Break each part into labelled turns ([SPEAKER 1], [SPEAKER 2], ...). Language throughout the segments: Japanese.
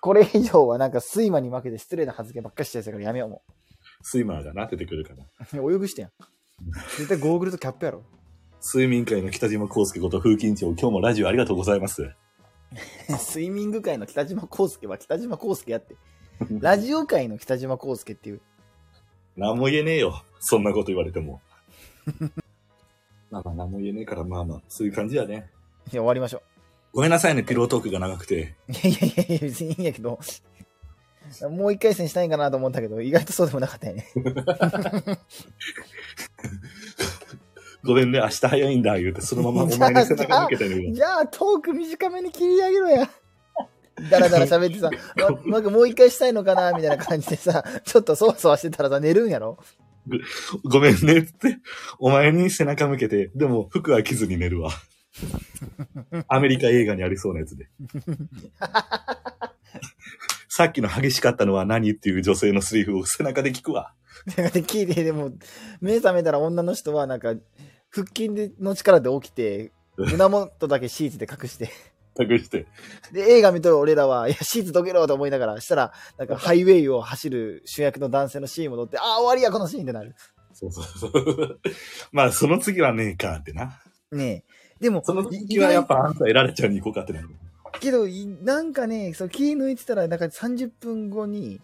[SPEAKER 1] これ以上はなんか睡魔に負けて失礼な発言ばっかりしてるやつだからやめようも
[SPEAKER 2] スイマーがな、出てくるから。
[SPEAKER 1] う。 泳ぐしてやん。絶対ゴーグルとキャップやろ。
[SPEAKER 2] 睡眠界の北島康介こと風琴長、今日もラジオありがとうございます。
[SPEAKER 1] スイミング界の北島康介は北島康介やって。ラジオ界の北島康介っていう。
[SPEAKER 2] 何も言えねえよ。そんなこと言われても。まあまあ、何も言えねえから、まあまあ、そういう感じだね。
[SPEAKER 1] いや、終わりましょ
[SPEAKER 2] ごめんなさいね、ピロートークが長くて。
[SPEAKER 1] う。い やいやいやいや、別にいいんやけど。 もう一回戦したいんかなと思ったけど、意外とそうでもなかったよね。
[SPEAKER 2] ごめんね、明日早いんだ、言うて、そのままお前に背中向けてるよ。
[SPEAKER 1] じゃあ、トーク短めに切り上げろや。 だらだら喋ってさ、ま、なんかもう一回したいのかなみたいな感じでさ、ちょっとそわそわしてたらさ、寝るんやろ
[SPEAKER 2] ごめんね、って。お前に背中向けて、でも服は着ずに寝 るわ。アメリカ映画にありそうなやつで。さっきの激しかったのは何っていう女性のセリフを背中で聞くわ。
[SPEAKER 1] だから聞いて、でも、目覚めたら女の人はなんか、腹筋での力で起きて、胸元だけシーツで隠して、
[SPEAKER 2] 隠して。
[SPEAKER 1] で、映画見とる俺らは、いや、シーツどけろと思いながら、したら、なんかハイウェイを走る主役の男性のシーンも乗って、ああ、終わりや、このシーンってなる。
[SPEAKER 2] そうそうそう。まあ、その次はねえかってな。
[SPEAKER 1] ねえ。でも、
[SPEAKER 2] その次はやっぱあんたエラレちゃんに行こうかってなる。
[SPEAKER 1] けど、いなんかね、そう気抜いてたら、なんか30分後に、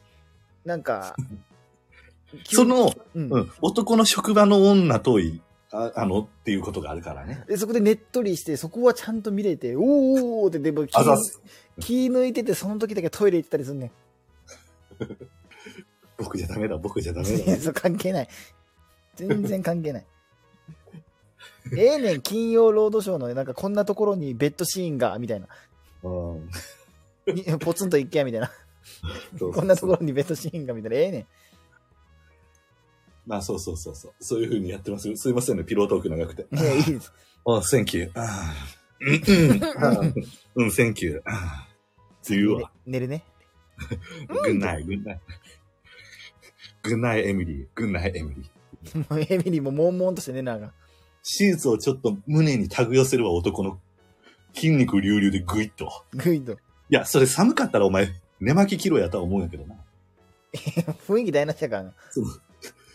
[SPEAKER 1] なんか、
[SPEAKER 2] その、
[SPEAKER 1] うん
[SPEAKER 2] うん、男の職場の女とい、ああの、っていうことがあるからね。
[SPEAKER 1] で、そこでねっとりして、そこはちゃんと見れて、おーおーおーって、でも気
[SPEAKER 2] あざっす。
[SPEAKER 1] 気抜いてて、その時だけトイレ行ってたりすんねん。
[SPEAKER 2] 僕じゃダメだ、僕じゃダメ
[SPEAKER 1] いや
[SPEAKER 2] だ。
[SPEAKER 1] そう関係ない。全然関係ない。ええねん、金曜ロードショーの、なんかこんなところにベッドシーンが、みたいな。
[SPEAKER 2] うん
[SPEAKER 1] にポツンと一軒家みたいな。こんなところにベッドシーンが、みたいな。ええねん。
[SPEAKER 2] まあそうそうそうそう。そういうふうにやってますよ。すいませんね、ピロートーク長くて。
[SPEAKER 1] いや、いいです。
[SPEAKER 2] あ、thank you. あーうん、うん、うん、thank you. あーって言うわ。
[SPEAKER 1] 寝るね。
[SPEAKER 2] good night, good night. good night, Emily. good night, Emily.
[SPEAKER 1] もうエミリーも悶々として寝なあかん。
[SPEAKER 2] シーツをちょっと胸にタグ寄せるわ、男の筋肉隆々でグイッと。
[SPEAKER 1] グイッと。
[SPEAKER 2] いや、それ寒かったらお前、寝巻き着ろやとは思うんやけどな。
[SPEAKER 1] 雰囲気台無しやからな。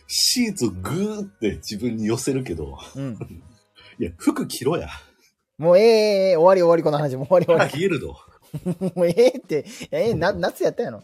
[SPEAKER 2] シーツをグーって自分に寄せるけど、
[SPEAKER 1] うん。
[SPEAKER 2] いや、服着ろや。
[SPEAKER 1] もうええええ終わり終わりこの話。もう終わり終わ
[SPEAKER 2] あ
[SPEAKER 1] り。
[SPEAKER 2] 冷えるぞ。
[SPEAKER 1] もうええって、ええな夏やったやろ。